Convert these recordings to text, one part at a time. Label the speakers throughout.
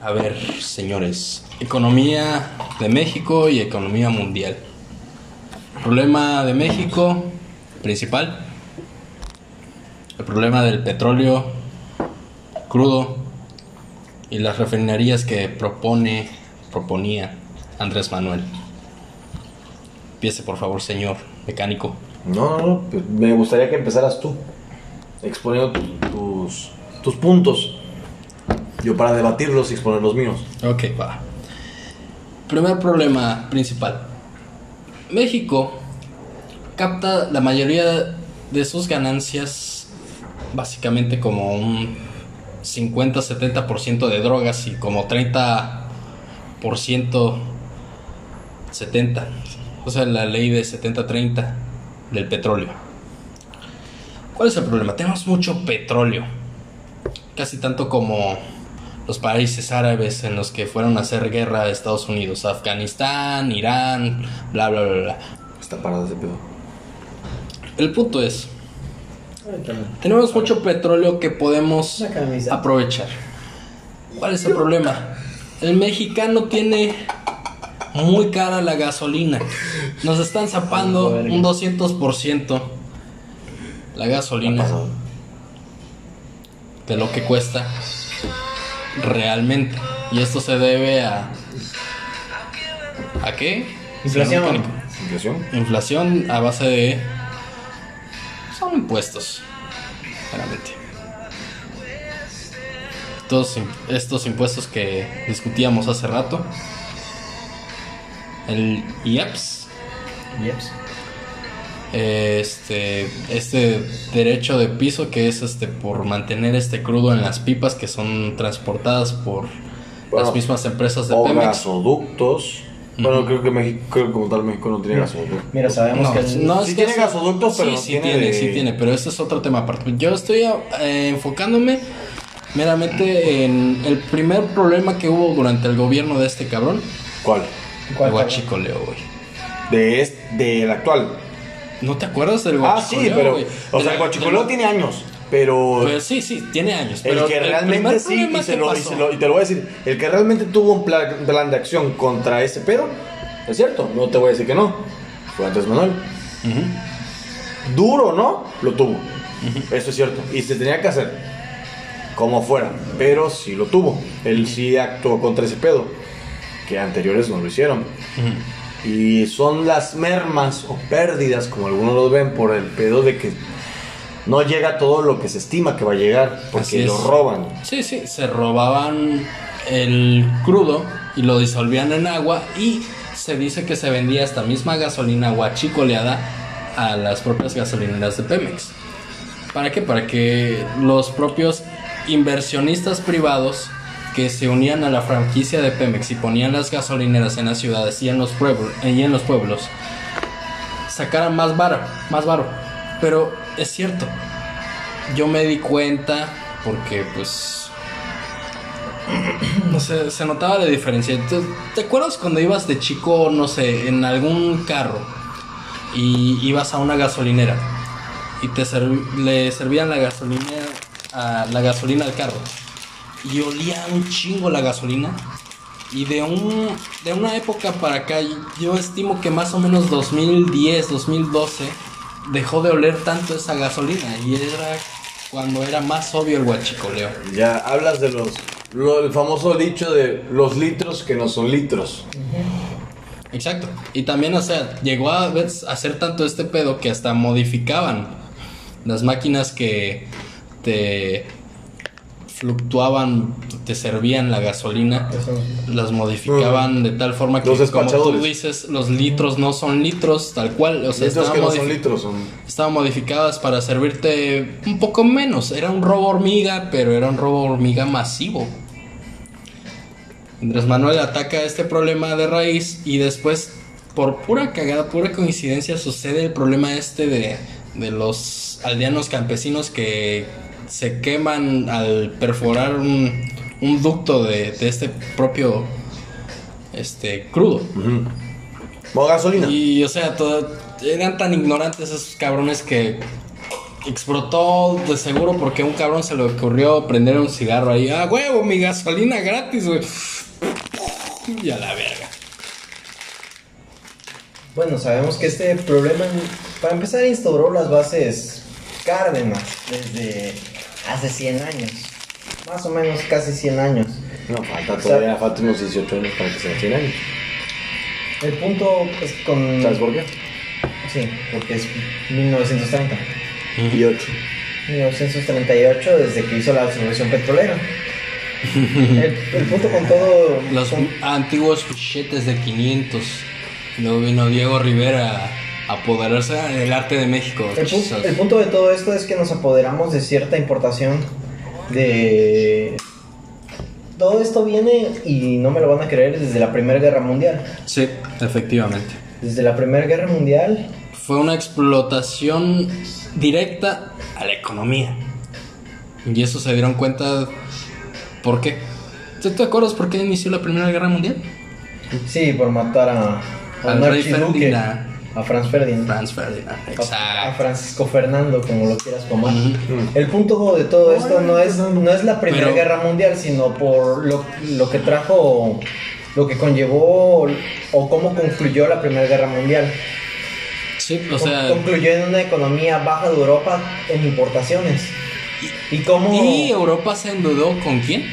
Speaker 1: A ver, señores, economía de México y economía mundial. Problema de México principal. El problema del petróleo crudo y las refinerías que propone proponía Andrés Manuel. Empiece por favor, señor mecánico.
Speaker 2: No, no, no. pues, Me gustaría que empezaras tú exponiendo tu- tus, tus puntos. Yo para debatirlos y exponer los míos.
Speaker 1: Ok, va. Primer problema principal. México capta la mayoría de sus ganancias básicamente como un 50-70% de drogas y como 30%, 70%. O sea, la ley de 70-30 del petróleo. ¿Cuál es el problema? Tenemos mucho petróleo. Casi tanto como los países árabes en los que fueron a hacer guerra a Estados Unidos, Afganistán, Irán, bla, bla, bla, bla.
Speaker 2: Está parada ese pedo.
Speaker 1: El punto es, tenemos mucho petróleo que podemos
Speaker 3: Una camisa.
Speaker 1: aprovechar. ¿Cuál es el problema? El mexicano tiene muy cara la gasolina. Nos están
Speaker 3: Ah,
Speaker 1: zapando un 200% la
Speaker 3: Ah,
Speaker 1: gasolina
Speaker 2: Pasado.
Speaker 1: de lo que cuesta realmente. Y esto se debe a... ¿A qué?
Speaker 3: Inflación.
Speaker 1: Señor mecánico.
Speaker 2: ¿Inflación?
Speaker 1: Inflación a base de... Son impuestos, claramente. Todos im- estos impuestos que discutíamos hace rato. El IEPS.
Speaker 3: Yeps.
Speaker 1: eh, Este, este derecho de piso que es este por mantener este crudo en las pipas que son transportadas por
Speaker 2: Bueno,
Speaker 1: las mismas empresas de
Speaker 2: O
Speaker 1: Pemex.
Speaker 2: gasoductos. Bueno, creo que México, creo que como tal México no tiene gasoductos.
Speaker 3: Mira, sabemos
Speaker 1: No,
Speaker 3: que el-
Speaker 1: no,
Speaker 2: Sí
Speaker 1: es que
Speaker 2: tiene
Speaker 1: eso-
Speaker 2: gasoductos, pero
Speaker 1: sí,
Speaker 2: no
Speaker 1: sí
Speaker 2: tiene
Speaker 1: tiene,
Speaker 2: de-
Speaker 1: sí tiene, pero ese es otro tema aparte. Yo estoy eh, enfocándome meramente en el primer problema que hubo durante el gobierno de este cabrón,
Speaker 2: ¿Cuál?
Speaker 1: el
Speaker 3: ¿cuál fue?
Speaker 1: guachicoleo, güey.
Speaker 2: De este, del actual.
Speaker 1: ¿No te acuerdas del
Speaker 2: Ah,
Speaker 1: guachicoleo?
Speaker 2: sí, pero.
Speaker 1: güey?
Speaker 2: O
Speaker 1: De
Speaker 2: sea,
Speaker 1: la-
Speaker 2: el guachicoleo
Speaker 1: de la-
Speaker 2: tiene años. Pero.
Speaker 1: Pues sí, sí, tiene años.
Speaker 2: El
Speaker 1: pero
Speaker 2: que realmente
Speaker 1: primer
Speaker 2: sí,
Speaker 1: problema
Speaker 2: y, se
Speaker 1: que
Speaker 2: lo, y,
Speaker 1: pasó-
Speaker 2: se lo- y te lo voy a decir, el que realmente tuvo un plan, un plan de acción contra ese pedo, es cierto, no te voy a decir que no, fue Andrés Manuel. Duro, ¿no? Lo tuvo, eso es cierto, y se tenía que hacer, como fuera, pero sí lo tuvo, él sí actuó contra ese pedo, que anteriores no lo hicieron. Y son las mermas o pérdidas, como algunos lo ven, por el pedo de que no llega todo lo que se estima que va a llegar,
Speaker 1: Así
Speaker 2: porque
Speaker 1: es.
Speaker 2: lo roban.
Speaker 1: Sí, sí, se robaban el crudo y lo disolvían en agua y se dice que se vendía esta misma gasolina guachicoleada a las propias gasolineras de Pemex. ¿Para qué? Para que los propios inversionistas privados que se unían a la franquicia de Pemex y ponían las gasolineras en las ciudades y en los pueblos, y en los pueblos sacaran más varo, más varo. Pero es cierto, yo me di cuenta porque pues no sé, se notaba la diferencia. ¿Te, te acuerdas cuando ibas de chico, no sé, en algún carro y ibas a una gasolinera y te serv- le servían la gasolina a la gasolina al carro y olía un chingo la gasolina? Y de, un, de una época para acá, yo estimo que más o menos 2010, 2012, dejó de oler tanto esa gasolina. Y era cuando era más obvio el guachicoleo.
Speaker 2: Ya hablas de los. lo- el famoso dicho de los litros que no son litros.
Speaker 1: Exacto. Y también, o sea, llegó a ver- a hacer tanto este pedo que hasta modificaban las máquinas que te fluctuaban, te servían la gasolina, las modificaban de tal forma que,
Speaker 2: Los
Speaker 1: como tú
Speaker 2: despachadores.
Speaker 1: dices, los litros no son litros, tal cual. O sea,
Speaker 2: litros
Speaker 1: estaban
Speaker 2: que no
Speaker 1: modifi-
Speaker 2: son litros son.
Speaker 1: estaban modificadas para servirte un poco menos. Era un robo hormiga, pero era un robo hormiga masivo. Andrés Manuel ataca este problema de raíz y después, por pura cagada, pura coincidencia, sucede el problema este de, de los aldeanos campesinos que se queman al perforar un, un ducto de, de este propio este crudo.
Speaker 2: Bueno, gasolina.
Speaker 1: Y, o sea, todo- eran tan ignorantes esos cabrones que explotó de seguro porque a un cabrón se le ocurrió prender un cigarro ahí. Ah, huevo, mi gasolina gratis, güey. Y a la verga.
Speaker 3: Bueno, sabemos que este problema, para empezar, instauró las bases Cárdenas desde hace 100 años. Más o menos casi 100 años.
Speaker 2: No, falta todavía, falta unos 18 años para que sea 100 años.
Speaker 3: El punto es con...
Speaker 2: ¿Sabes por qué?
Speaker 3: Sí, porque es 1930.
Speaker 2: Y 8.
Speaker 3: 1938, desde que hizo la revolución petrolera. El, el punto con todo...
Speaker 1: Los
Speaker 3: con-
Speaker 1: antiguos billetes de 500. Luego vino Diego Rivera a apoderarse del arte de México.
Speaker 3: El, pu-
Speaker 1: Jesus.
Speaker 3: el punto de todo esto es que nos apoderamos de cierta importación de... Todo esto viene, y no me lo van a creer, desde la Primera Guerra Mundial.
Speaker 1: Sí, efectivamente.
Speaker 3: Desde la Primera Guerra Mundial,
Speaker 1: Fue una explotación directa a la economía. Y eso se dieron cuenta. ¿Por qué? ¿Tú te acuerdas por qué inició la Primera Guerra Mundial?
Speaker 3: sí, por matar a... a
Speaker 1: Al
Speaker 3: un
Speaker 1: rey
Speaker 3: archiduque,
Speaker 1: Ferdinand.
Speaker 3: A Franz Ferdinand.
Speaker 1: Franz Ferdinand.
Speaker 3: a, a
Speaker 1: Exacto.
Speaker 3: Francisco Fernando, como lo quieras llamar.
Speaker 2: Ujú.
Speaker 3: El punto de todo esto no es, no es la Primera
Speaker 1: Pero-
Speaker 3: Guerra Mundial, sino por lo, lo que trajo, lo que conllevó o cómo concluyó la Primera Guerra Mundial.
Speaker 1: Sí, o
Speaker 3: Con-
Speaker 1: sea.
Speaker 3: concluyó en una economía baja de Europa en importaciones. Y cómo
Speaker 1: ¿Y Europa se endeudó con quién?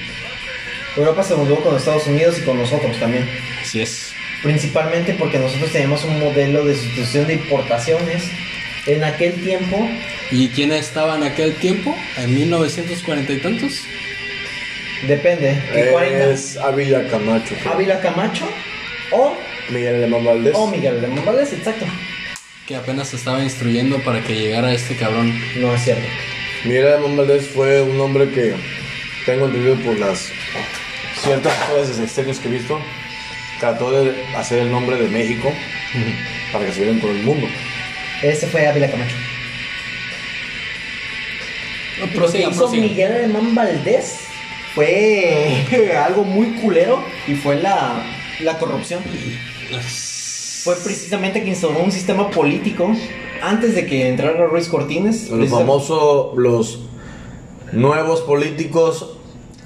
Speaker 3: Europa se mudó con Estados Unidos y con nosotros también.
Speaker 1: Así es.
Speaker 3: Principalmente porque nosotros tenemos un modelo de sustitución de importaciones. En aquel tiempo,
Speaker 1: ¿Y quién estaba en aquel tiempo? ¿En 1940 y tantos?
Speaker 3: depende. ¿qué cuarenta?
Speaker 2: Es Ávila Camacho. creo.
Speaker 3: Ávila Camacho o,
Speaker 2: Miguel Alemán Valdés.
Speaker 3: o Miguel Alemán Valdés, exacto.
Speaker 1: Que apenas se estaba instruyendo para que llegara este cabrón.
Speaker 3: No es cierto.
Speaker 2: Miguel Alemán Valdés fue un hombre que tengo entendido por las ciertas cosas exteriores que he visto. Trató de hacer el nombre de México para que se viera en todo el mundo.
Speaker 3: Ese fue Ávila Camacho.
Speaker 1: No,
Speaker 3: Lo que
Speaker 1: prosiga,
Speaker 3: hizo
Speaker 1: prosiga.
Speaker 3: Miguel Alemán Valdés fue algo muy culero y fue la, la corrupción.
Speaker 1: Pues,
Speaker 3: Fue precisamente que instauró un sistema político antes de que entrara Ruiz Cortines.
Speaker 2: Los famosos, los nuevos políticos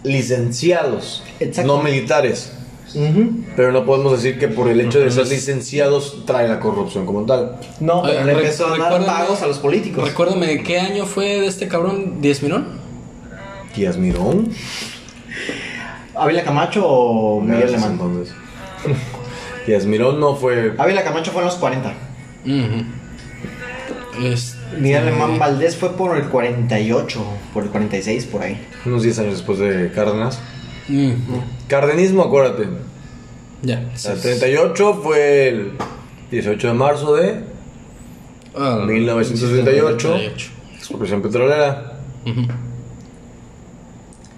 Speaker 2: licenciados,
Speaker 3: Exacto.
Speaker 2: no militares.
Speaker 3: Ujú.
Speaker 2: Pero no podemos decir que por el hecho de ser
Speaker 1: Entonces-
Speaker 2: licenciados trae la corrupción como tal.
Speaker 3: No, pero
Speaker 1: Oye,
Speaker 3: le
Speaker 1: re-
Speaker 3: empezó a dar
Speaker 1: recuérdame-
Speaker 3: pagos a los políticos.
Speaker 1: Recuérdame, ¿qué año fue de este cabrón? ¿10 milón?
Speaker 2: Díaz Mirón.
Speaker 3: Ávila Camacho o Miguel Alemán.
Speaker 2: entonces. Díaz Mirón no fue.
Speaker 3: Ávila Camacho fue en los 40.
Speaker 1: Ujú. Este,
Speaker 3: Miguel Alemán Valdés fue por el 48, por el 46, por ahí.
Speaker 2: Unos 10 años después de Cárdenas.
Speaker 1: mm,
Speaker 2: Cardenismo, acuérdate.
Speaker 1: Ya.
Speaker 2: El 38 fue el 18 de marzo de
Speaker 1: Ah,
Speaker 2: 1938.
Speaker 1: 1938.
Speaker 2: Expropiación petrolera.
Speaker 1: Ujú.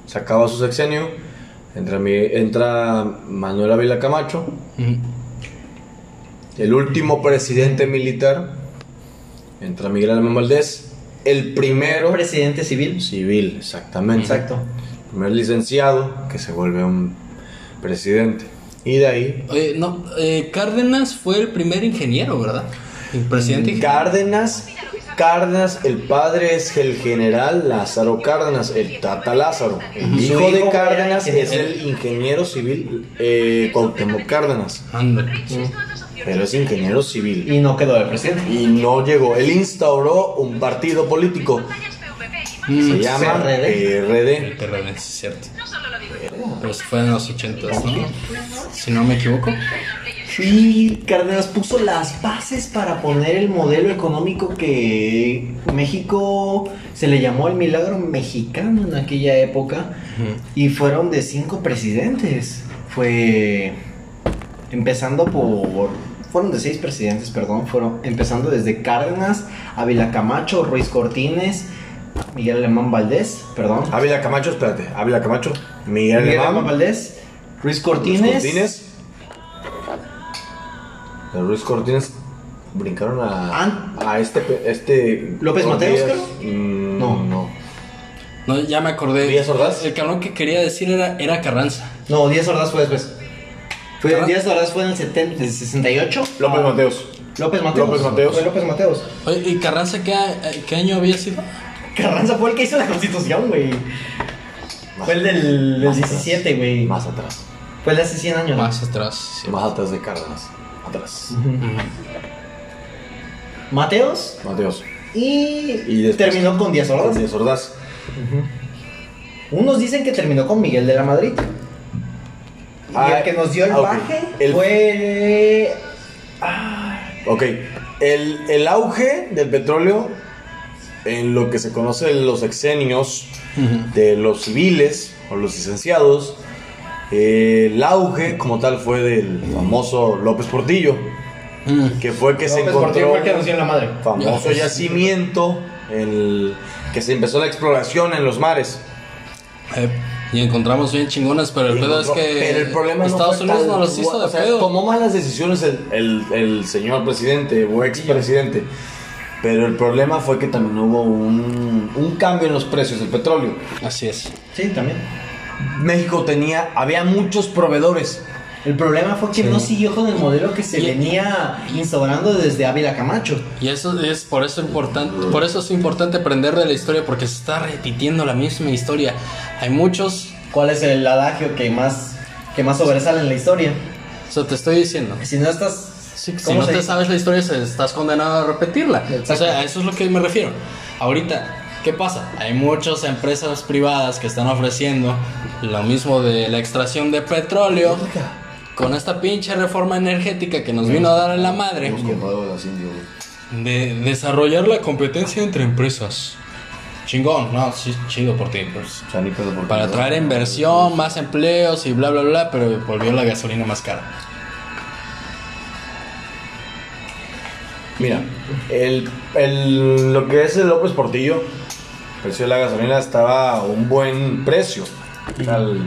Speaker 2: Se acaba su sexenio. Entra, mi- entra Manuel Ávila Camacho,
Speaker 1: Ujú.
Speaker 2: el último presidente militar. Entra Miguel Alemán Valdés, el primero
Speaker 3: presidente civil.
Speaker 2: civil, exactamente.
Speaker 3: Exacto.
Speaker 2: Primer licenciado que se vuelve un presidente. Y de ahí,
Speaker 1: Oye, no, eh, Cárdenas fue el primer ingeniero, ¿verdad? El presidente
Speaker 3: Mm,
Speaker 1: ingeniero.
Speaker 2: Cárdenas, Cárdenas, el padre es el general Lázaro Cárdenas, el tata Lázaro. El
Speaker 3: Su
Speaker 2: hijo de
Speaker 3: hijo
Speaker 2: Cárdenas
Speaker 3: era
Speaker 2: es el ingeniero civil eh, Cuauhtémoc Cárdenas,
Speaker 1: Ándale.
Speaker 2: pero es ingeniero civil.
Speaker 3: Y no quedó de presidente.
Speaker 2: Y no llegó, él instauró un partido político, se
Speaker 1: Mm,
Speaker 2: llama
Speaker 3: PRD.
Speaker 1: El
Speaker 2: PRD.
Speaker 1: PRD, sí, es cierto. Pero se fue en los 80, ¿no? Si no me equivoco.
Speaker 3: Y Cárdenas puso las bases para poner el modelo económico que México se le llamó el milagro mexicano en aquella época. Y fueron de cinco presidentes. Fue empezando por. Fueron de seis presidentes, perdón. Fueron empezando desde Cárdenas, Ávila Camacho, Ruiz Cortines, Miguel Alemán Valdés, perdón.
Speaker 2: Ávila Camacho, espérate, Ávila Camacho, Ah, Miguel,
Speaker 3: Miguel
Speaker 2: Alemán,
Speaker 3: Alemán Valdés,
Speaker 2: Luis
Speaker 3: Ruiz Cortines.
Speaker 2: Cortines. De Luis Cortines brincaron a,
Speaker 3: Ah.
Speaker 2: a este, pe- este
Speaker 3: ¿López Mateos,
Speaker 2: Díaz-
Speaker 3: creo?
Speaker 2: Mm,
Speaker 3: No.
Speaker 2: no.
Speaker 1: No, ya me acordé.
Speaker 2: ¿Díaz Ordaz?
Speaker 1: El cabrón que quería decir era, era Carranza.
Speaker 3: No, 10 horas fue después. Fue, Díaz Ordaz fue en el, 70, el 68.
Speaker 2: López Mateos.
Speaker 3: López Mateos.
Speaker 2: López Mateos.
Speaker 3: Fue López Mateos.
Speaker 1: Oye, ¿y Carranza qué, a- eh, qué año había sido?
Speaker 3: Carranza fue el que hizo la constitución, güey. Fue el del, del 17, güey.
Speaker 2: Más atrás.
Speaker 3: Fue el de hace 100 años.
Speaker 1: Más atrás. sí.
Speaker 2: Más atrás de Cárdenas. Atrás.
Speaker 3: Mateos.
Speaker 2: Mateos.
Speaker 3: Y,
Speaker 2: Y después-
Speaker 3: terminó con Díaz Ordaz.
Speaker 2: Díaz Ordaz.
Speaker 3: Unos dicen que terminó con Miguel de la Madrid. Y
Speaker 2: Ah,
Speaker 3: el que nos dio el
Speaker 2: ah, ok.
Speaker 3: baje
Speaker 2: El-
Speaker 3: fue.
Speaker 2: Ok. El, el auge del petróleo en lo que se conoce los exenios
Speaker 1: Ujú.
Speaker 2: de los civiles o los licenciados, eh, el auge como tal fue del famoso López Portillo,
Speaker 1: Mm.
Speaker 2: que fue que se
Speaker 3: López Portillo
Speaker 2: encontró
Speaker 3: fue el que nos dio en la madre.
Speaker 2: famoso
Speaker 1: Ya.
Speaker 2: yacimiento el que se empezó la exploración en los mares.
Speaker 1: Eh, y encontramos bien chingonas, pero el
Speaker 2: Y
Speaker 1: pedo es
Speaker 2: encontró-
Speaker 1: que
Speaker 2: pero el problema no
Speaker 1: Estados
Speaker 2: fue
Speaker 1: Unidos
Speaker 2: tan-
Speaker 1: no los hizo de
Speaker 2: o sea,
Speaker 1: pedo.
Speaker 2: Tomó malas decisiones el, el- el señor presidente o expresidente. Pero el problema fue que también hubo un, un cambio en los precios del petróleo.
Speaker 1: Así es.
Speaker 3: Sí, también.
Speaker 2: México tenía, había muchos proveedores.
Speaker 3: El problema fue que no siguió con el modelo que se
Speaker 1: Y-
Speaker 3: venía instaurando desde Ávila Camacho.
Speaker 1: Y eso es por eso importante, por eso es importante aprender de la historia porque se está repitiendo la misma historia. Hay muchos,
Speaker 3: ¿Cuál es el adagio que más, que más sobresale en la historia?
Speaker 1: o sea, te estoy diciendo.
Speaker 3: Si no estás.
Speaker 1: Si
Speaker 3: ¿cómo
Speaker 1: no
Speaker 3: se
Speaker 1: te
Speaker 3: dice?
Speaker 1: sabes la historia, se- estás condenado a repetirla.
Speaker 3: Exacto.
Speaker 1: O sea, a eso es lo que me refiero. Ahorita, ¿qué pasa? Hay muchas empresas privadas que están ofreciendo lo mismo de la extracción de petróleo con esta pinche reforma energética que nos vino a dar en la madre. De desarrollar la competencia entre empresas. Chingón, no, sí, chido por ti. pues. Para traer inversión, más empleos y bla, bla, bla, pero volvió la gasolina más cara.
Speaker 2: Mira, el, el- lo que es el López Portillo, el precio de la gasolina estaba a un buen precio. O sea, el-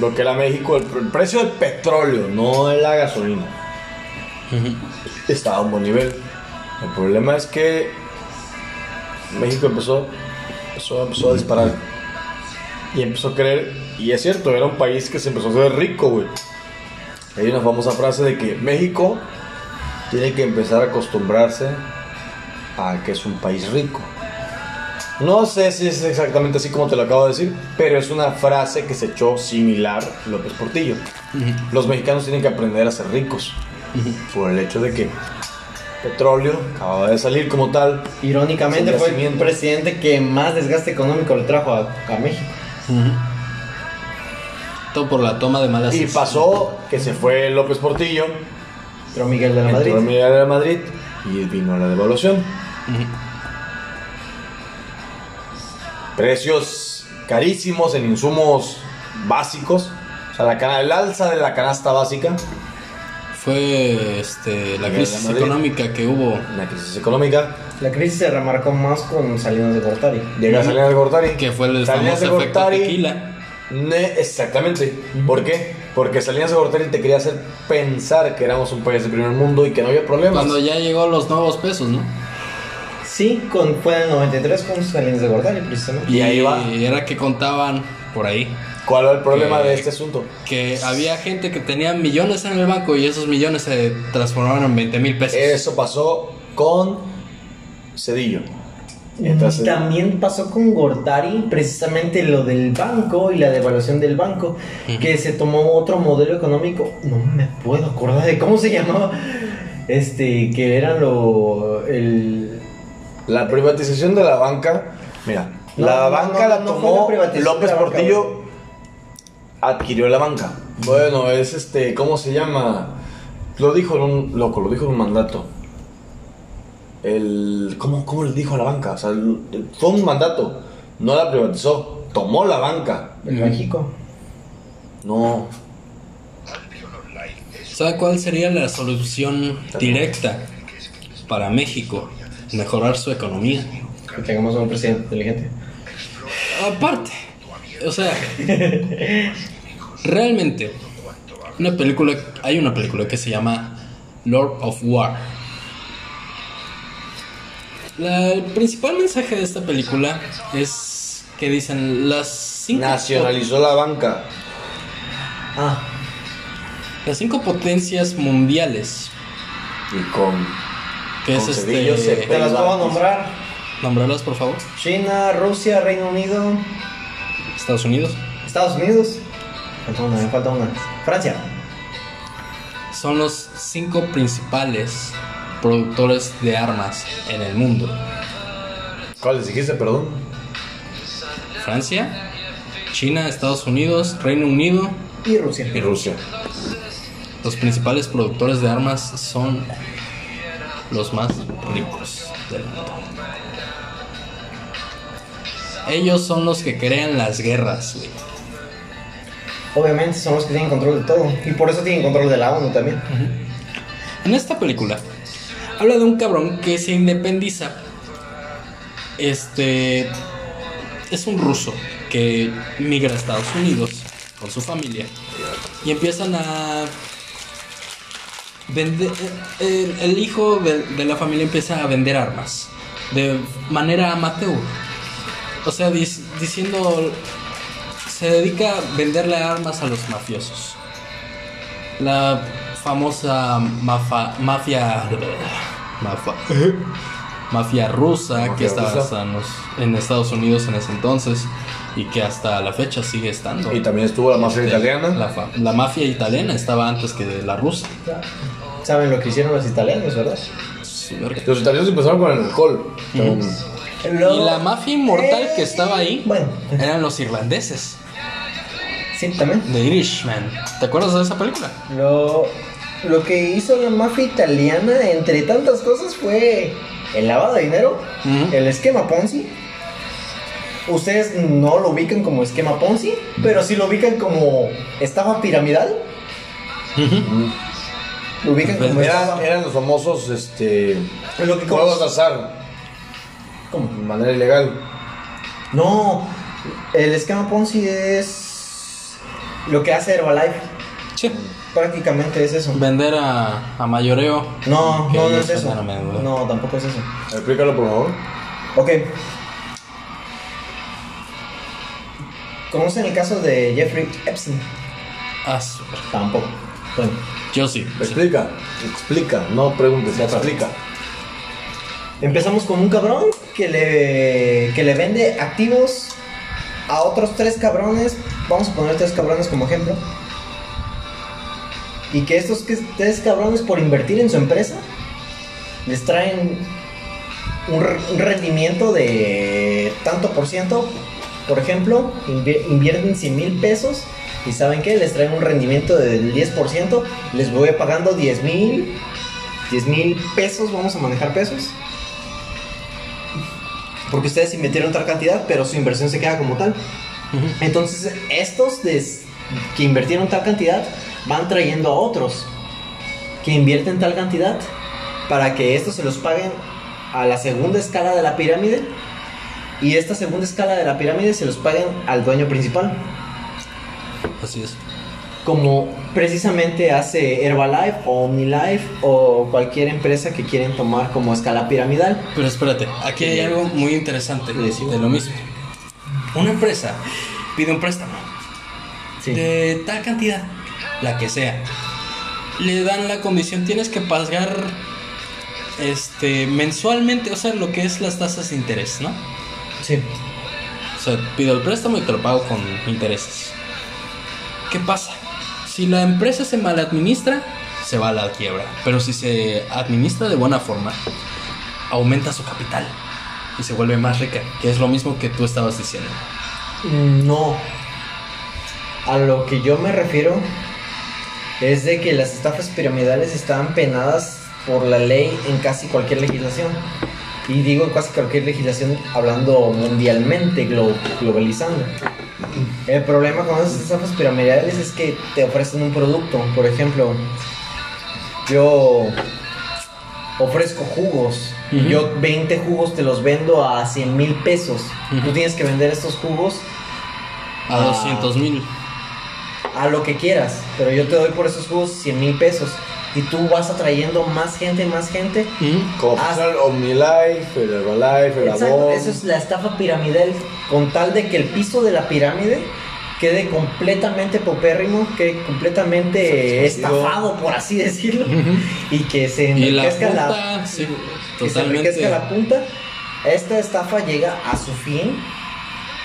Speaker 2: lo que era México, el, el precio del petróleo, no de la gasolina, estaba a un buen nivel. El problema es que México empezó, empezó, empezó a disparar. Y empezó a creer, y es cierto, era un país que se empezó a hacer rico, güey. Hay una famosa frase de que México tiene que empezar a acostumbrarse a que es un país rico. No sé si es exactamente así como te lo acabo de decir, pero es una frase que se echó similar López Portillo. Los mexicanos tienen que aprender a ser ricos por el hecho de que petróleo acaba de salir como tal.
Speaker 3: Irónicamente
Speaker 2: Sin
Speaker 3: fue el
Speaker 2: yacimiento.
Speaker 3: presidente que más desgaste económico le trajo a, a México.
Speaker 1: Todo por la toma de malas
Speaker 2: Y pasó que se fue López Portillo,
Speaker 3: Pero Miguel de la
Speaker 2: entró
Speaker 3: Madrid.
Speaker 2: Miguel de Madrid y vino la devaluación. precios carísimos en insumos básicos. O sea, la cana- el alza de la canasta básica,
Speaker 1: Fue este, la
Speaker 2: Miguel de
Speaker 1: crisis
Speaker 2: Madrid.
Speaker 1: económica que hubo.
Speaker 2: la crisis económica,
Speaker 3: La crisis se remarcó más con Salinas de Gortari.
Speaker 2: llega a Salinas de Gortari.
Speaker 1: Que fue el
Speaker 2: Salinas de
Speaker 1: famoso efecto
Speaker 2: Gortari-
Speaker 1: tequila.
Speaker 2: Ne- exactamente. ¿Por qué? Porque Salinas de Gortari te quería hacer pensar que éramos un país de primer mundo y que no había problemas.
Speaker 1: Cuando ya llegó los nuevos pesos, ¿no?
Speaker 3: Sí, con, fue en el 93 con Salinas de Gortari, precisamente.
Speaker 2: Y ahí va.
Speaker 1: era que contaban por ahí
Speaker 2: ¿Cuál era el problema
Speaker 1: Que-
Speaker 2: de este asunto?
Speaker 1: que había gente que tenía millones en el banco y esos millones se transformaron en 20 mil pesos.
Speaker 2: Eso pasó con Cedillo. Entonces-
Speaker 3: Mm, También pasó con Gortari precisamente lo del banco y la devaluación del banco, que se tomó otro modelo económico, no me puedo acordar de cómo se llamaba, este, que era lo... El,
Speaker 2: La privatización de la banca, mira,
Speaker 3: No,
Speaker 2: la
Speaker 3: no,
Speaker 2: banca
Speaker 3: no,
Speaker 2: la
Speaker 3: no fue la
Speaker 2: tomó
Speaker 3: privatización
Speaker 2: López
Speaker 3: de la banca,
Speaker 2: Portillo, adquirió la banca. Bueno, es este, ¿cómo se llama? Lo dijo en un, loco, lo dijo en un mandato. El, ¿cómo, cómo le dijo a la banca? O sea, el- el- fue un mandato, no la privatizó, tomó la banca.
Speaker 3: el
Speaker 1: Mm.
Speaker 3: México.
Speaker 2: No,
Speaker 1: ¿Sabe cuál sería la solución directa para México? Mejorar su economía.
Speaker 3: Que tengamos a un presidente inteligente.
Speaker 1: Aparte, o sea, realmente, una película, hay una película que se llama Lord of War. La- el principal mensaje de esta película es que dicen las cinco
Speaker 2: nacionalizó la banca.
Speaker 3: Ah,
Speaker 1: Las cinco potencias mundiales,
Speaker 2: Y con.
Speaker 1: que
Speaker 2: Con
Speaker 1: es
Speaker 2: Cedillo se
Speaker 1: este...
Speaker 2: pe-
Speaker 3: Te las puedo nombrar.
Speaker 1: Nombrarlas, por favor.
Speaker 3: China, Rusia, Reino Unido,
Speaker 1: Estados Unidos.
Speaker 3: Estados Unidos. Falta una, me falta una. Francia.
Speaker 1: Son los cinco principales productores de armas en el mundo.
Speaker 2: ¿Cuáles dijiste, perdón?
Speaker 1: Francia, China, Estados Unidos, Reino Unido.
Speaker 3: Y Rusia.
Speaker 2: Y Rusia.
Speaker 1: Los principales productores de armas son los más ricos del mundo. Ellos son los que crean las guerras, güey.
Speaker 3: Obviamente son los que tienen control de todo. Y por eso tienen control de la ONU también.
Speaker 1: En esta película habla de un cabrón que se independiza. Este es un ruso que migra a Estados Unidos con su familia y empiezan a vender. eh, El, el hijo de, de la familia empieza a vender armas de manera amateur. O sea, dis- diciendo se dedica a venderle armas a los mafiosos. La famosa mafa- mafia. mafa- mafia rusa
Speaker 2: Mafia
Speaker 1: que estaba
Speaker 2: rusa.
Speaker 1: hasta en los- en Estados Unidos en ese entonces y que hasta la fecha sigue estando.
Speaker 2: Y también estuvo la mafia
Speaker 1: Este,
Speaker 2: italiana.
Speaker 1: La, fa- la mafia italiana estaba antes que de la rusa.
Speaker 3: Saben lo que hicieron los italianos, ¿verdad?
Speaker 1: Su verga.
Speaker 2: Los italianos empezaron con el alcohol. Entonces,
Speaker 1: Y la mafia inmortal que estaba ahí
Speaker 3: Bueno,
Speaker 1: eran los irlandeses,
Speaker 3: sí, también.
Speaker 1: The Irishman. ¿Te acuerdas de esa película?
Speaker 3: Lo, lo que hizo la mafia italiana, entre tantas cosas, fue el lavado de dinero,
Speaker 1: Ujú.
Speaker 3: el esquema Ponzi. Ustedes no lo ubican como esquema Ponzi, pero sí lo ubican como estafa piramidal. Lo ubican
Speaker 1: Pues
Speaker 3: como
Speaker 2: Mm. Eran,
Speaker 3: estafa.
Speaker 2: eran los famosos este,
Speaker 3: Lo que
Speaker 2: juegos de
Speaker 3: como,
Speaker 2: azar
Speaker 3: como-
Speaker 2: de manera ilegal.
Speaker 3: No, el esquema Ponzi es lo que hace Herbalife.
Speaker 1: Sí.
Speaker 3: Prácticamente es eso.
Speaker 1: Vender a, a mayoreo.
Speaker 3: No,
Speaker 1: Que
Speaker 3: no, no
Speaker 1: ellos ¿eh?
Speaker 3: es eso.
Speaker 1: vendan a mayoreo.
Speaker 3: No, tampoco es eso.
Speaker 2: Explícalo, por favor.
Speaker 3: Ok. ¿Conocen el caso de Jeffrey Epstein?
Speaker 1: Ah, su verga.
Speaker 3: Tampoco. Bueno,
Speaker 1: Yo sí. sí.
Speaker 2: Explica, explica, no preguntes,
Speaker 1: Ya sabes.
Speaker 2: explica.
Speaker 3: empezamos con un cabrón que le, que le vende activos a otros tres cabrones. Vamos a poner tres cabrones como ejemplo. Y que estos que- tres cabrones por invertir en su empresa les traen un, re- un rendimiento de tanto por ciento. Por ejemplo, invi- invierten 100 mil pesos y saben que les traen un rendimiento del 10%. Les voy pagando 10 mil. 10 mil pesos, vamos a manejar pesos. Porque ustedes invirtieron otra cantidad, pero su inversión se queda como tal.
Speaker 1: Ujú.
Speaker 3: Entonces, estos des- que invirtieron tal cantidad van trayendo a otros que invierten tal cantidad para que estos se los paguen a la segunda escala de la pirámide y esta segunda escala de la pirámide se los paguen al dueño principal.
Speaker 1: Así es.
Speaker 3: Como precisamente hace Herbalife o OmniLife o cualquier empresa que quieren tomar como escala piramidal.
Speaker 1: Pero espérate, aquí hay algo muy interesante
Speaker 3: Sí.
Speaker 1: de lo mismo. Una empresa pide un préstamo de tal cantidad, la que sea. Le dan la condición, tienes que pagar este mensualmente, o sea, lo que es las tasas de interés, ¿no?
Speaker 3: Sí.
Speaker 1: O sea, pido el préstamo y te lo pago con intereses. ¿Qué pasa? Si la empresa se mal administra, se va a la quiebra. Pero si se administra de buena forma, aumenta su capital y se vuelve más rica, que es lo mismo que tú estabas diciendo.
Speaker 3: Mm, No. A lo que yo me refiero es de que las estafas piramidales están penadas por la ley en casi cualquier legislación. Y digo en casi cualquier legislación hablando mundialmente, glo- globalizando. El problema con esas estafas piramidales es que te ofrecen un producto. Por ejemplo, yo ofrezco jugos.
Speaker 1: Ujú.
Speaker 3: Yo 20 jugos te los vendo a 100 mil pesos. Tú
Speaker 1: Ujú.
Speaker 3: tienes que vender estos jugos
Speaker 1: A
Speaker 3: Ah.
Speaker 1: 200 mil.
Speaker 3: a lo que quieras, pero yo te doy por esos jugos 100 mil pesos y tú vas atrayendo más gente, más gente.
Speaker 2: Como
Speaker 3: Ah.
Speaker 2: funciona el OmniLife, el Herbalife, el
Speaker 3: Exacto,
Speaker 2: Avon.
Speaker 3: eso es la estafa piramidal, con tal de que el piso de la pirámide quede completamente popérrimo, quede completamente
Speaker 2: Satisfacido.
Speaker 3: estafado, por así decirlo, y que se
Speaker 1: Y la
Speaker 3: enriquezca la,
Speaker 1: punta, sí,
Speaker 3: que se
Speaker 1: totalmente.
Speaker 3: enriquezca la punta. Esta estafa llega a su fin,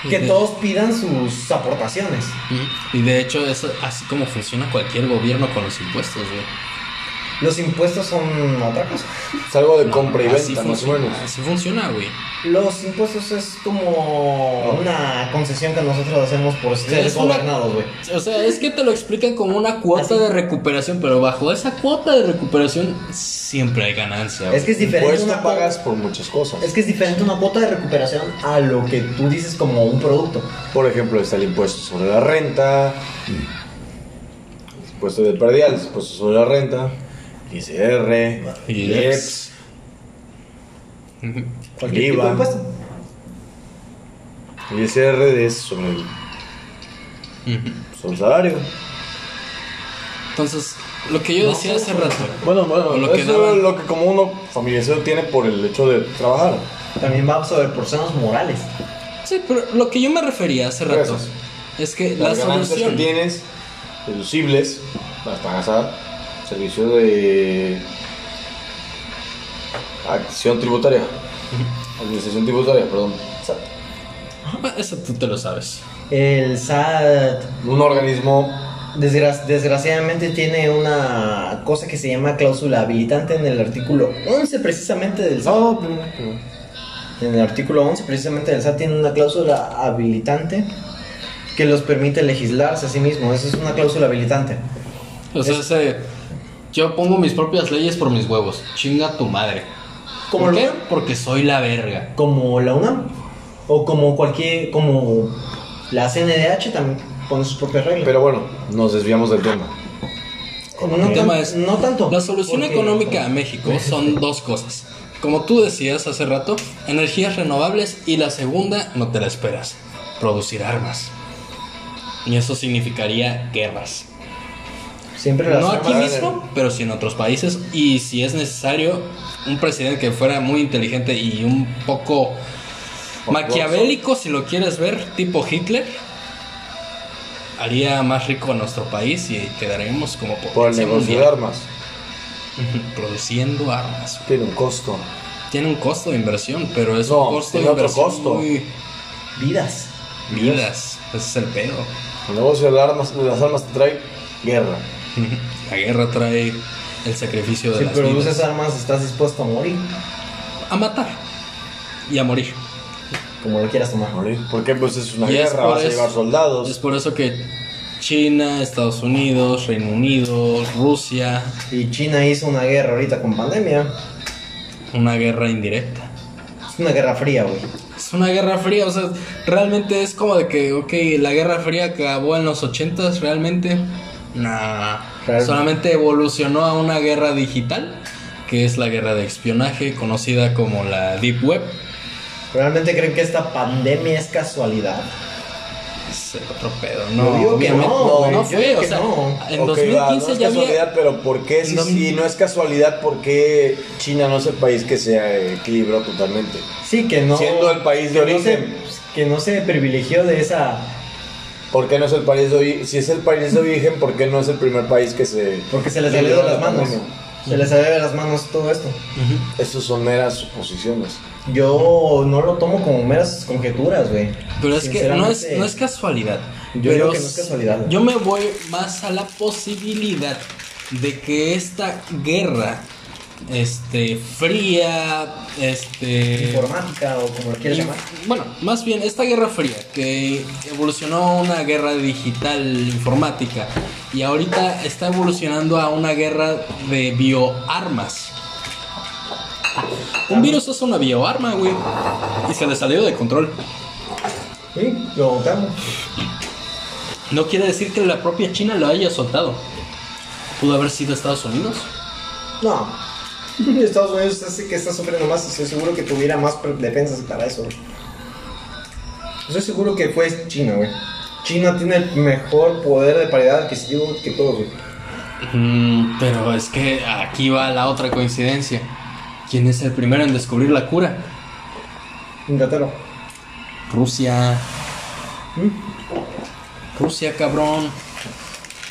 Speaker 3: que
Speaker 1: Ujú.
Speaker 3: todos pidan sus aportaciones.
Speaker 1: Mm, Y de hecho es así como funciona cualquier gobierno con los impuestos, güey.
Speaker 3: Los impuestos son otra cosa.
Speaker 2: Es algo de compra y
Speaker 1: así
Speaker 2: venta, más o menos.
Speaker 1: funciona, así funciona, güey.
Speaker 3: Los impuestos es como una concesión que nosotros hacemos por ser
Speaker 1: Es una-
Speaker 3: gobernados, güey.
Speaker 1: O sea, es que te lo explican como una cuota
Speaker 3: Así.
Speaker 1: de recuperación, pero bajo esa cuota de recuperación siempre hay ganancia.
Speaker 3: Es que es diferente
Speaker 2: Impuesto
Speaker 3: una
Speaker 2: Pues, pagas por muchas cosas.
Speaker 3: Es que es diferente una cuota de recuperación a lo que tú dices como un producto.
Speaker 2: Por ejemplo, está el impuesto sobre la renta, impuesto de perdiales, impuesto sobre la renta, ICR,
Speaker 1: Y
Speaker 2: IEPS,
Speaker 1: güey. Ujú.
Speaker 3: Cualquier
Speaker 2: IVA.
Speaker 3: tipo de impuesto.
Speaker 2: el ICR es sobre el,
Speaker 1: Ujú.
Speaker 2: sobre el salario.
Speaker 1: Entonces, lo que yo decía hace rato,
Speaker 2: Bueno, bueno,
Speaker 1: O lo
Speaker 2: eso
Speaker 1: que daban.
Speaker 2: es lo que como uno familiarizado tiene por el hecho de trabajar.
Speaker 3: También va sobre personas morales.
Speaker 1: sí, pero lo que yo me refería hace rato
Speaker 2: Gracias.
Speaker 1: es que la
Speaker 2: Las ganancias que
Speaker 1: solución
Speaker 2: tienes, deducibles, las pagas a servicios de acción tributaria, administración tributaria, perdón, SAT.
Speaker 1: Ah, eso tú te lo sabes.
Speaker 3: El SAT
Speaker 2: Un organismo
Speaker 3: desgra- desgraciadamente tiene una cosa que se llama cláusula habilitante en el artículo 11 precisamente del SAT.
Speaker 1: Oh,
Speaker 2: No, primero, primero.
Speaker 3: En el artículo 11 precisamente del SAT tiene una cláusula habilitante que los permite legislarse a sí mismo. Esa es una cláusula habilitante.
Speaker 1: O sea, ese, yo pongo mis propias leyes por mis huevos. Chinga tu madre.
Speaker 3: Como
Speaker 1: ¿Por
Speaker 3: lo-
Speaker 1: qué? Porque soy la verga.
Speaker 3: como la UNAM o como cualquier como la CNDH también pone sus propias reglas.
Speaker 2: Pero bueno, nos desviamos del tema.
Speaker 3: no, tan-
Speaker 1: tema es-
Speaker 3: no tanto.
Speaker 1: La solución
Speaker 3: porque-
Speaker 1: económica a México son dos cosas. Como tú decías hace rato, energías renovables y la segunda no te la esperas, producir armas. Y eso significaría guerras.
Speaker 3: siempre las
Speaker 1: No aquí
Speaker 3: armas-
Speaker 1: mismo, pero sí en otros países. Y si es necesario, un presidente que fuera muy inteligente y un poco maquiavélico, si lo quieres ver, tipo Hitler, haría más rico a nuestro país y quedaríamos como
Speaker 2: Por el
Speaker 1: potencia
Speaker 2: negocio de
Speaker 1: mundial.
Speaker 2: armas.
Speaker 1: produciendo armas.
Speaker 2: Tiene un costo.
Speaker 1: Tiene un costo de inversión, pero es
Speaker 2: No,
Speaker 1: un costo de
Speaker 2: tiene otro
Speaker 1: inversión
Speaker 2: costo.
Speaker 1: muy
Speaker 3: vidas.
Speaker 1: vidas. Ese es el pedo.
Speaker 2: El negocio de las armas, de las armas te trae guerra.
Speaker 1: La guerra trae el sacrificio de
Speaker 3: Si
Speaker 1: las
Speaker 3: produces
Speaker 1: vidas.
Speaker 3: armas estás dispuesto a morir,
Speaker 1: A matar y a morir.
Speaker 3: como lo quieras tomar.
Speaker 2: Morir. Porque pues es una
Speaker 1: Y es
Speaker 2: guerra,
Speaker 1: por
Speaker 2: vas a
Speaker 1: eso-
Speaker 2: llevar
Speaker 1: Es
Speaker 2: soldados.
Speaker 1: por eso que China, Estados Unidos, Reino Unido, Rusia,
Speaker 3: Y China hizo una guerra ahorita con pandemia.
Speaker 1: una guerra indirecta.
Speaker 3: Es una guerra fría, güey.
Speaker 1: Es una guerra fría, o sea, realmente es como de que, ok, la guerra fría acabó en los 80 realmente. Nah,
Speaker 3: Realmente.
Speaker 1: solamente evolucionó a una guerra digital, que es la guerra de espionaje, conocida como la Deep Web.
Speaker 3: ¿Realmente creen que esta pandemia es casualidad?
Speaker 1: Es otro pedo,
Speaker 3: Yo
Speaker 1: no,
Speaker 3: digo que
Speaker 1: obviamente,
Speaker 3: no,
Speaker 1: no,
Speaker 3: güey, yo
Speaker 1: fue,
Speaker 3: digo
Speaker 1: o
Speaker 3: que
Speaker 1: sea,
Speaker 3: no.
Speaker 1: en
Speaker 2: Ok, va,
Speaker 1: 2015
Speaker 2: no es
Speaker 1: ya
Speaker 2: casualidad,
Speaker 1: había...
Speaker 2: pero ¿por qué? Si,
Speaker 1: en dos mil-
Speaker 2: si no es casualidad, ¿por qué China no es el país que se eh, equilibró totalmente?
Speaker 3: Sí, que no.
Speaker 2: Siendo el país de
Speaker 3: que no se-
Speaker 2: origen.
Speaker 3: que no se privilegió de esa.
Speaker 2: ¿Por qué no es el país de origen? Si es el país de origen, ¿por qué no es el primer país que se...
Speaker 3: Porque se les
Speaker 2: que
Speaker 3: salió de
Speaker 2: lleva
Speaker 3: las
Speaker 2: la
Speaker 3: manos.
Speaker 2: pandemia?
Speaker 3: Se les salió de las manos todo esto.
Speaker 1: Ujú.
Speaker 2: Esas son meras suposiciones.
Speaker 3: Yo no lo tomo como meras conjeturas, güey.
Speaker 1: Pero es que no es,
Speaker 3: Sinceramente,
Speaker 1: no es casualidad.
Speaker 3: Yo
Speaker 1: Pero
Speaker 3: digo que no es casualidad.
Speaker 1: Yo me voy más a la posibilidad de que esta guerra este fría este
Speaker 3: Informática o como lo quieras
Speaker 1: y-
Speaker 3: llamar.
Speaker 1: bueno, más bien esta guerra fría que evolucionó a una guerra digital informática y ahorita está evolucionando a una guerra de bioarmas. Un virus es una bioarma, güey. Y se le salió de control.
Speaker 3: Sí, lo votamos.
Speaker 1: No quiere decir que la propia China lo haya soltado. Pudo haber sido Estados Unidos.
Speaker 3: No. Estados Unidos hace que está sufriendo más. Estoy seguro que tuviera más pre- defensas para eso. güey. Estoy seguro que fue China, güey. China tiene el mejor poder de paridad adquisitivo que todos, güey.
Speaker 1: Mm, pero es que aquí va la otra coincidencia. ¿Quién es el primero en descubrir la cura?
Speaker 3: Inglaterra.
Speaker 1: Rusia. Mm. Rusia, cabrón.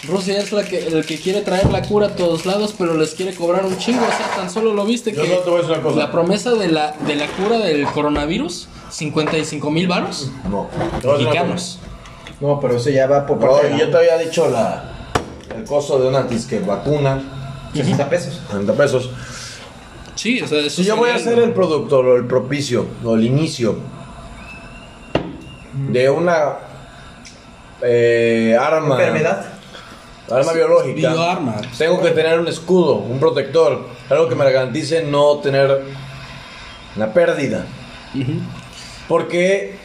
Speaker 1: Rusia es la que, el que quiere traer la cura a todos lados, pero les quiere cobrar un chingo. O sea, tan solo lo viste
Speaker 2: Yo
Speaker 1: que
Speaker 2: no te voy a decir una cosa.
Speaker 1: la promesa de la, de la cura del coronavirus, 55 mil varos
Speaker 2: No.
Speaker 1: mexicanos.
Speaker 3: No, pero eso ya va por
Speaker 2: No,
Speaker 3: parte de la-
Speaker 2: yo te había dicho la, el costo de una disque vacuna,
Speaker 3: 60 pesos.
Speaker 2: 30 pesos.
Speaker 1: Sí, o sea, eso
Speaker 2: Si
Speaker 1: sería-
Speaker 2: yo voy a ser el productor o el propicio o el inicio de una eh, arma,
Speaker 3: Enfermedad.
Speaker 2: arma biológica,
Speaker 1: Bioarma.
Speaker 2: tengo que tener un escudo, un protector, algo que me garantice no tener una pérdida.
Speaker 1: Ujú.
Speaker 2: Porque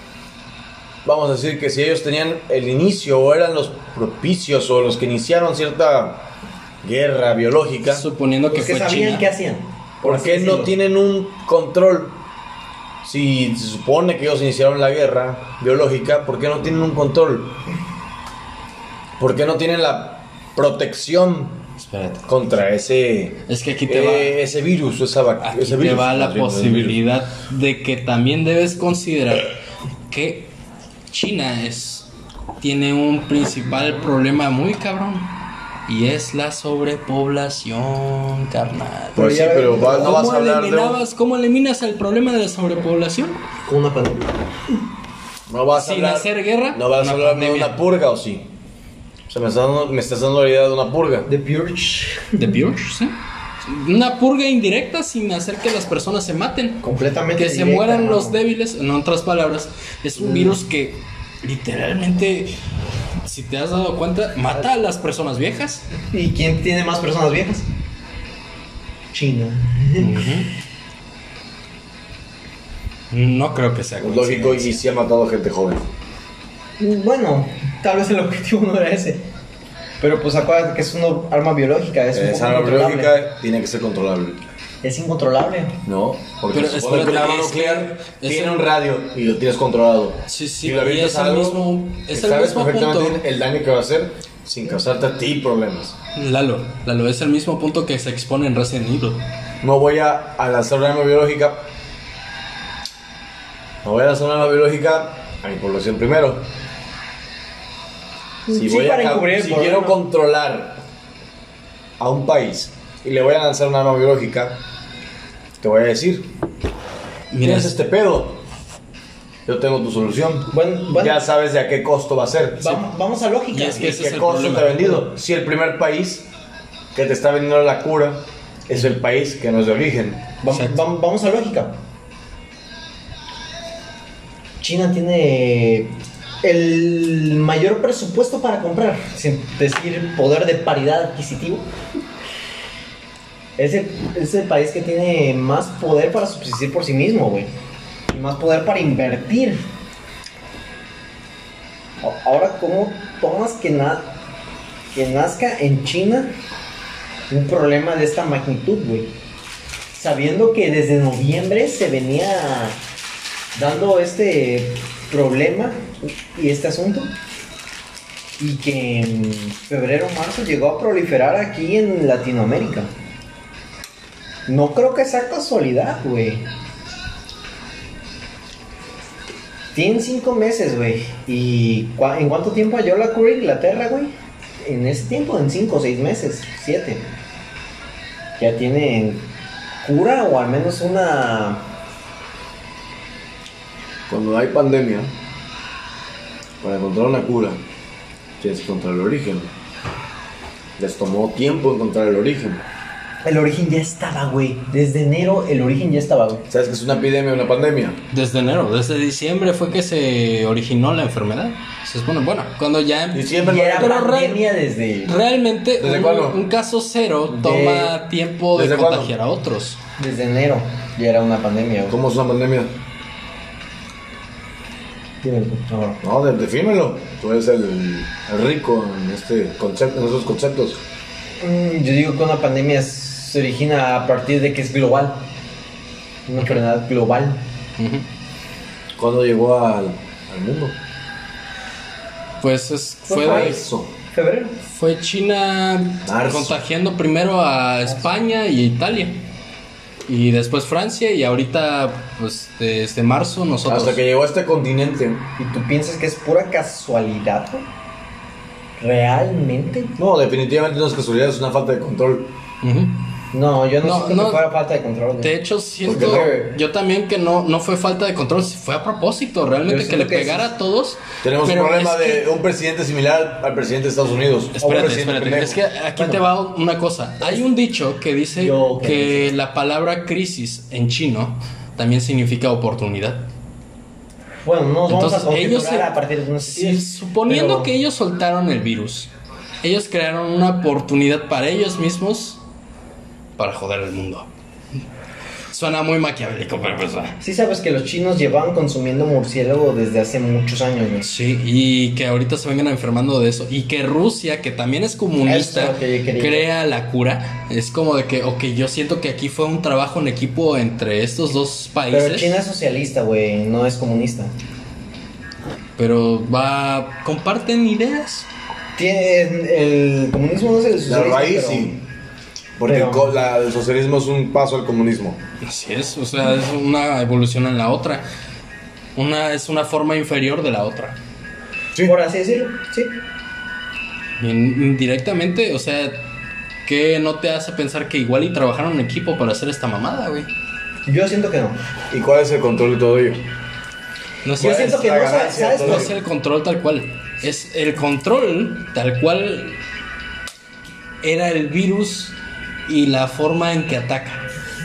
Speaker 2: vamos a decir que si ellos tenían el inicio o eran los propicios o los que iniciaron cierta guerra biológica,
Speaker 1: Suponiendo que
Speaker 3: Los que
Speaker 1: fue
Speaker 3: sabían
Speaker 1: China.
Speaker 3: qué hacían.
Speaker 2: ¿por
Speaker 3: así
Speaker 2: qué no
Speaker 3: decirlo.
Speaker 2: tienen un control? Si se supone que ellos iniciaron la guerra biológica, ¿por qué no tienen un control? ¿Por qué no tienen la protección
Speaker 1: Espérate.
Speaker 2: contra ese,
Speaker 1: Es que aquí te va.
Speaker 2: eh, ese virus, esa vac-
Speaker 1: Aquí
Speaker 2: ese
Speaker 1: te
Speaker 2: virus,
Speaker 1: va la
Speaker 2: más bien, no es un virus.
Speaker 1: posibilidad de que también debes considerar que China es tiene un principal problema muy cabrón y es la sobrepoblación, carnal.
Speaker 2: Pues sí, pero va- no vas
Speaker 1: ¿Cómo
Speaker 2: a hablar de un-
Speaker 1: eliminabas, cómo eliminas el problema de la sobrepoblación?
Speaker 3: Con una pandemia.
Speaker 2: No vas
Speaker 1: Sin
Speaker 2: a hablar,
Speaker 1: hacer guerra,
Speaker 2: No vas
Speaker 1: una
Speaker 2: a hablar de
Speaker 1: pandemia.
Speaker 2: una purga, ¿o sí? O sea, me estás dando, me estás dando la idea de una purga.
Speaker 3: The Purge.
Speaker 1: De Purge, ¿sí? Una purga indirecta sin hacer que las personas se maten.
Speaker 3: Completamente.
Speaker 1: Que se
Speaker 3: directa,
Speaker 1: mueran
Speaker 3: hermano.
Speaker 1: los débiles, en otras palabras, es
Speaker 2: Mm.
Speaker 1: un virus que literalmente, si te has dado cuenta, mata a las personas viejas.
Speaker 3: ¿Y quién tiene más personas viejas? China.
Speaker 1: No creo que sea
Speaker 2: Pues lógico, y sí ha matado gente joven.
Speaker 3: Bueno, tal vez el objetivo no era ese. Pero pues acuérdate que es una arma biológica, es un poco
Speaker 2: Eh, Esa arma
Speaker 3: incontrolable.
Speaker 2: biológica tiene que ser controlable.
Speaker 3: Es incontrolable.
Speaker 2: No, porque
Speaker 1: Pero
Speaker 2: se supone
Speaker 1: espérate,
Speaker 2: que la arma
Speaker 1: es
Speaker 2: nuclear
Speaker 1: que-
Speaker 2: tiene
Speaker 1: es
Speaker 2: un
Speaker 1: un-
Speaker 2: radio y lo tienes controlado.
Speaker 1: Sí, sí,
Speaker 2: Y lo
Speaker 1: y
Speaker 2: avientas
Speaker 1: es el
Speaker 2: a algo
Speaker 1: mismo-
Speaker 2: que
Speaker 1: es el
Speaker 2: sabes
Speaker 1: mismo
Speaker 2: perfectamente
Speaker 1: punto.
Speaker 2: el daño que va a hacer sin causarte a ti problemas.
Speaker 1: Lalo, Lalo, es el mismo punto que se expone en Resident Evil.
Speaker 2: No voy a, a lanzar un arma biológica. No voy a lanzar una arma biológica a mi población primero. Si,
Speaker 3: Sí,
Speaker 2: voy a,
Speaker 3: para
Speaker 2: ca-
Speaker 3: encubrir el
Speaker 2: si
Speaker 3: problema.
Speaker 2: quiero controlar a un país y le voy a lanzar un arma biológica, te voy a decir,
Speaker 1: Mira,
Speaker 2: tienes este pedo. Yo tengo tu solución.
Speaker 3: Bueno, bueno.
Speaker 2: Ya sabes de a qué costo va a ser.
Speaker 3: Vamos, vamos a lógica.
Speaker 1: Y es que-
Speaker 2: ¿Y
Speaker 1: ese
Speaker 2: qué
Speaker 1: el
Speaker 2: costo
Speaker 1: problema.
Speaker 2: te ha vendido? Si el primer país que te está vendiendo la cura es el país que no es de origen.
Speaker 3: Va-
Speaker 1: Exacto.
Speaker 3: va- vamos a lógica. China tiene el mayor presupuesto para comprar, sin decir poder de paridad adquisitivo. Es el, es el país que tiene más poder para subsistir por sí mismo, güey. Y más poder para invertir. A- Ahora, ¿cómo tomas que, na- que nazca en China un problema de esta magnitud, güey? sabiendo que desde noviembre se venía dando este problema y este asunto y que en febrero marzo llegó a proliferar aquí en Latinoamérica. No creo que sea casualidad, güey. Tienen cinco meses, güey. ¿Y cua- en cuánto tiempo halló la cura Inglaterra, güey? En ese tiempo, en cinco o seis meses, siete. Ya tienen cura o al menos una
Speaker 2: Cuando hay pandemia, para encontrar una cura, tienes que encontrar el origen. Les tomó tiempo encontrar el origen.
Speaker 3: el origen ya estaba, güey. Desde enero el origen ya estaba, güey.
Speaker 2: ¿Sabes que es una epidemia, una pandemia?
Speaker 1: desde enero, desde diciembre fue que se originó la enfermedad. Se supone, bueno, cuando ya...
Speaker 2: Diciembre,
Speaker 3: Y era
Speaker 1: Pero re-
Speaker 3: pandemia desde
Speaker 1: Realmente
Speaker 2: ¿Desde
Speaker 1: un,
Speaker 2: cuándo?
Speaker 1: un caso cero toma
Speaker 3: De-
Speaker 1: tiempo de
Speaker 2: ¿Desde cuándo?
Speaker 1: contagiar a otros.
Speaker 3: desde enero ya era una pandemia, güey.
Speaker 2: ¿cómo es una pandemia?
Speaker 3: Dímelo, por favor.
Speaker 2: No, de- defímelo. Tú eres el, el rico en, este concepto, en esos conceptos.
Speaker 3: Mm, Yo digo que una pandemia es- se origina a partir de que es global. Una enfermedad global.
Speaker 2: ¿Cuándo llegó al, al mundo?
Speaker 1: Pues es- fue,
Speaker 3: Fue
Speaker 1: de-
Speaker 2: eso.
Speaker 3: Febrero.
Speaker 1: fue China
Speaker 2: Marzo.
Speaker 1: contagiando primero a España y a Italia. Y después Francia y ahorita, pues desde marzo nosotros...
Speaker 2: Hasta que llegó a este continente.
Speaker 3: ¿Y tú piensas que es pura casualidad, güey? ¿Realmente?
Speaker 2: No, definitivamente no es casualidad, es una falta de control.
Speaker 1: Ujú.
Speaker 3: No, yo no,
Speaker 1: No,
Speaker 3: siento
Speaker 1: no.
Speaker 3: que fuera falta de control. güey.
Speaker 1: De hecho, siento
Speaker 3: Porque no-
Speaker 1: yo también que no, no fue falta de control, fue a propósito, realmente
Speaker 3: Yo
Speaker 1: que le
Speaker 3: siento que
Speaker 1: pegara
Speaker 3: sí.
Speaker 1: a todos.
Speaker 2: Tenemos
Speaker 1: pero
Speaker 2: un problema
Speaker 1: es
Speaker 2: de
Speaker 1: que-
Speaker 2: un presidente similar al presidente de Estados Unidos. O un
Speaker 1: Espérate,
Speaker 2: presidente
Speaker 1: espérate.
Speaker 2: pendejo.
Speaker 1: Es que aquí te va una cosa. Hay un dicho que dice
Speaker 3: Yo, ¿qué
Speaker 1: que la palabra crisis en chino también significa oportunidad.
Speaker 3: Bueno, nos vamos a
Speaker 1: Entonces,
Speaker 3: configurar
Speaker 1: ellos se-
Speaker 3: a partir de unos
Speaker 1: si- suponiendo que ellos soltaron el virus, ellos crearon una oportunidad para ellos mismos para joder el mundo. Suena muy maquiavélico, pero pues, ah.
Speaker 3: Sí sabes que los chinos llevaban consumiendo murciélago desde hace muchos años, güey.
Speaker 1: Sí, y que ahorita se vengan enfermando de eso. Y que Rusia, que también es
Speaker 3: Eso es
Speaker 1: comunista,
Speaker 3: lo que yo quería.
Speaker 1: crea la cura. Es como de que, ok, yo siento que aquí fue un trabajo en equipo entre estos dos países.
Speaker 3: Pero China es socialista, güey, no es comunista.
Speaker 1: pero va, comparten ideas.
Speaker 3: Tiene, el comunismo no es el
Speaker 2: La
Speaker 3: socialista,
Speaker 2: raíz
Speaker 3: pero-
Speaker 2: sí. Porque
Speaker 3: pero-
Speaker 2: el co- la- el socialismo es un paso al comunismo.
Speaker 1: Así es, o sea, es una evolución en la otra. Una es una forma inferior de la otra.
Speaker 2: Sí.
Speaker 3: Por así decirlo, sí.
Speaker 1: In- Indirectamente, o sea, que no te hace pensar que igual y trabajaron en equipo para hacer esta mamada, güey.
Speaker 3: Yo siento que no.
Speaker 2: ¿Y cuál es el control de todo ello?
Speaker 1: No
Speaker 3: Yo
Speaker 1: sé,
Speaker 2: ¿Cuál
Speaker 3: siento
Speaker 2: Pues es
Speaker 3: que
Speaker 2: la
Speaker 3: no sabes-
Speaker 2: ganancia de
Speaker 3: ¿sabes
Speaker 2: todo
Speaker 1: No
Speaker 2: ello?
Speaker 1: es el control tal cual. Es el control tal cual era el virus y la forma en que ataca.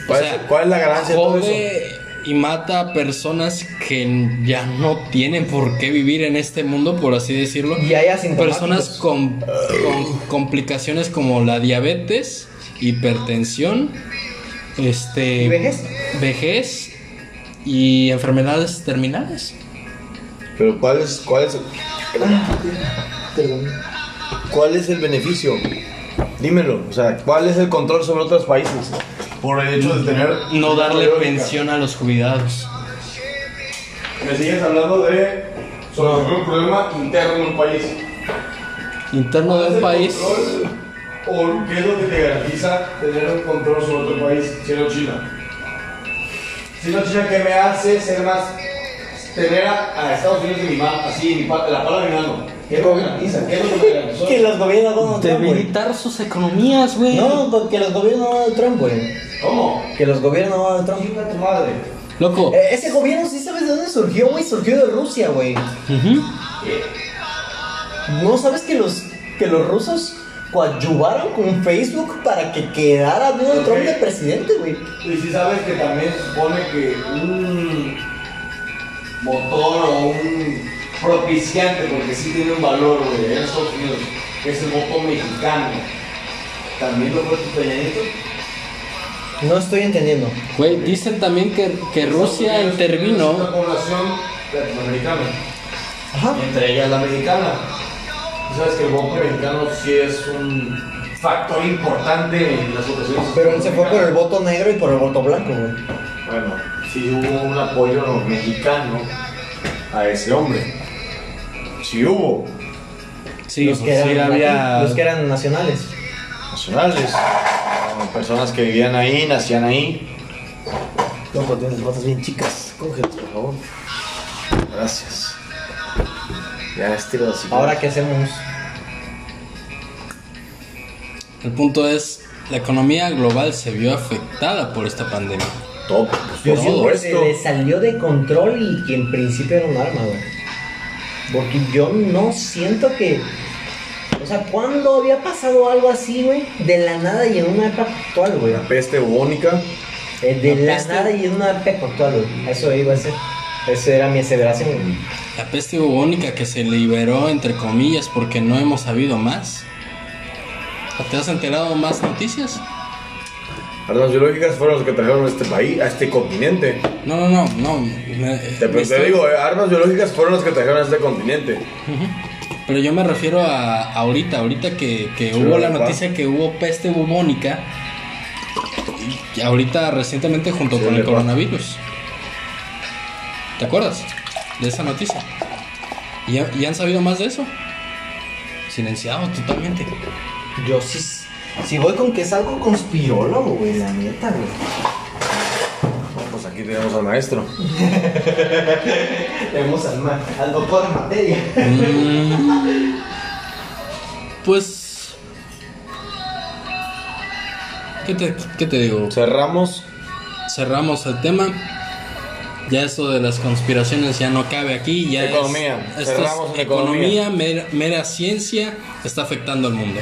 Speaker 1: O
Speaker 2: ¿Cuál es-
Speaker 1: sea,
Speaker 2: cuál es la ganancia de todo
Speaker 1: jode y mata a personas que ya no tienen por qué vivir en este mundo, por así decirlo.
Speaker 3: Y hay asintomáticos.
Speaker 1: Personas con, con complicaciones como la diabetes, hipertensión, este,
Speaker 3: ¿Y vejez?
Speaker 1: vejez y enfermedades terminales.
Speaker 2: Pero ¿cuál es, cuál es,
Speaker 3: Perdón.
Speaker 2: cuál es el beneficio? Dímelo, o sea, ¿cuál es el control sobre otros países? Por el hecho de tener...
Speaker 1: No darle
Speaker 2: Biológica.
Speaker 1: pensión a los jubilados.
Speaker 2: Me sigues hablando de sobre un problema interno en un país.
Speaker 1: Interno
Speaker 2: ¿Cuál
Speaker 1: de
Speaker 2: es
Speaker 1: un
Speaker 2: el
Speaker 1: país.
Speaker 2: Ah, control ¿O qué es lo que te garantiza tener un control sobre otro país, siendo China? Siendo China, ¿qué me hace ser más... tener a, a Estados Unidos en mi mano, así, en mi pa- la palma de mi mano? ¿Qué es lo que me garantiza? ¿Qué es lo que me garantizó?
Speaker 3: Que los gobiernos Donald Trump, güey.
Speaker 1: Debilitar sus economías, güey.
Speaker 3: No, porque los gobiernos Donald Trump, güey.
Speaker 2: ¿Cómo?
Speaker 3: Que los gobiernos Donald Trump.
Speaker 2: Chinga tu madre.
Speaker 1: Loco.
Speaker 3: Eh, ese gobierno, ¿sí sabes de dónde surgió, güey? Surgió de Rusia, güey.
Speaker 1: ujú.
Speaker 3: ¿No sabes que los, que los rusos coadyuvaron con Facebook para que quedara Donald
Speaker 2: Ok.
Speaker 3: Trump de presidente, güey?
Speaker 2: Y si sabes que también se supone que un motor o un propiciante, porque sí tiene un valor, güey, en Estados Unidos, que es el voto mexicano, también lo fue tu peñanito.
Speaker 3: No estoy entendiendo.
Speaker 1: Güey, dicen también que, que Rusia
Speaker 2: Estados Unidos tiene una
Speaker 1: intervino.
Speaker 2: población latinoamericana,
Speaker 3: Ajá.
Speaker 2: y entre ellas la mexicana. Tú sabes que el voto mexicano sí es un factor importante en las votaciones.
Speaker 3: Pero él se fue por el voto negro y por el voto blanco, güey.
Speaker 2: Bueno, si hubo un apoyo mexicano a ese hombre. Si hubo
Speaker 1: Sí,
Speaker 3: los, que
Speaker 1: pues sí,
Speaker 3: eran
Speaker 1: había.
Speaker 3: lati- los que eran nacionales.
Speaker 2: nacionales, eh, personas que vivían ahí, nacían ahí.
Speaker 3: Loco, pues, tienes las botas bien chicas. Cógelas, por favor.
Speaker 2: Gracias. Ya este estilo así.
Speaker 3: Ahora, ¿qué hacemos?
Speaker 1: El punto es: la economía global se vio afectada por esta pandemia.
Speaker 2: Top. pues,
Speaker 1: Por
Speaker 3: Yo
Speaker 1: todo.
Speaker 3: siento que se Pues le salió de control y que en principio era un arma, güey. Porque yo no siento que. O sea, ¿cuándo había pasado algo así, güey? De la nada y en una época actual, güey.
Speaker 2: La peste bubónica.
Speaker 3: Eh, De
Speaker 1: La
Speaker 3: la
Speaker 1: peste.
Speaker 3: nada y en una época actual, güey. A Eso iba a ser. Eso era mi aseveración, güey.
Speaker 1: La peste bubónica que se liberó, entre comillas, porque no hemos sabido más. ¿Te has enterado más noticias?
Speaker 2: Las biológicas fueron los que trajeron a este país, a este continente.
Speaker 1: No, no, no, no. me-
Speaker 2: Te,
Speaker 1: me
Speaker 2: te
Speaker 3: Este-
Speaker 1: estoy-
Speaker 2: digo, eh, armas biológicas fueron las que trajeron a este continente.
Speaker 1: Pero yo me refiero a ahorita, ahorita que, que
Speaker 2: Sí,
Speaker 1: hubo la
Speaker 2: ¿verdad?
Speaker 1: noticia que hubo peste bubónica, y ahorita recientemente junto
Speaker 2: Sí,
Speaker 1: con el
Speaker 2: ¿verdad?
Speaker 1: coronavirus. ¿Te acuerdas de esa noticia? ¿Y, ha- y han sabido más de eso? Silenciado totalmente.
Speaker 3: Yo sí. s- Si voy con que es algo conspirólogo, güey, la neta, güey.
Speaker 2: Pues aquí tenemos al maestro.
Speaker 3: Tenemos al, ma- al doctor en materia.
Speaker 1: Mm, pues. ¿Qué te, qué te digo?
Speaker 2: Cerramos.
Speaker 1: Cerramos el tema. Ya esto de las conspiraciones ya no cabe aquí. Ya es-
Speaker 2: Economía.
Speaker 1: esto es
Speaker 2: Cerramos en
Speaker 1: economía,
Speaker 2: economía.
Speaker 1: mera, mera ciencia, está afectando al mundo.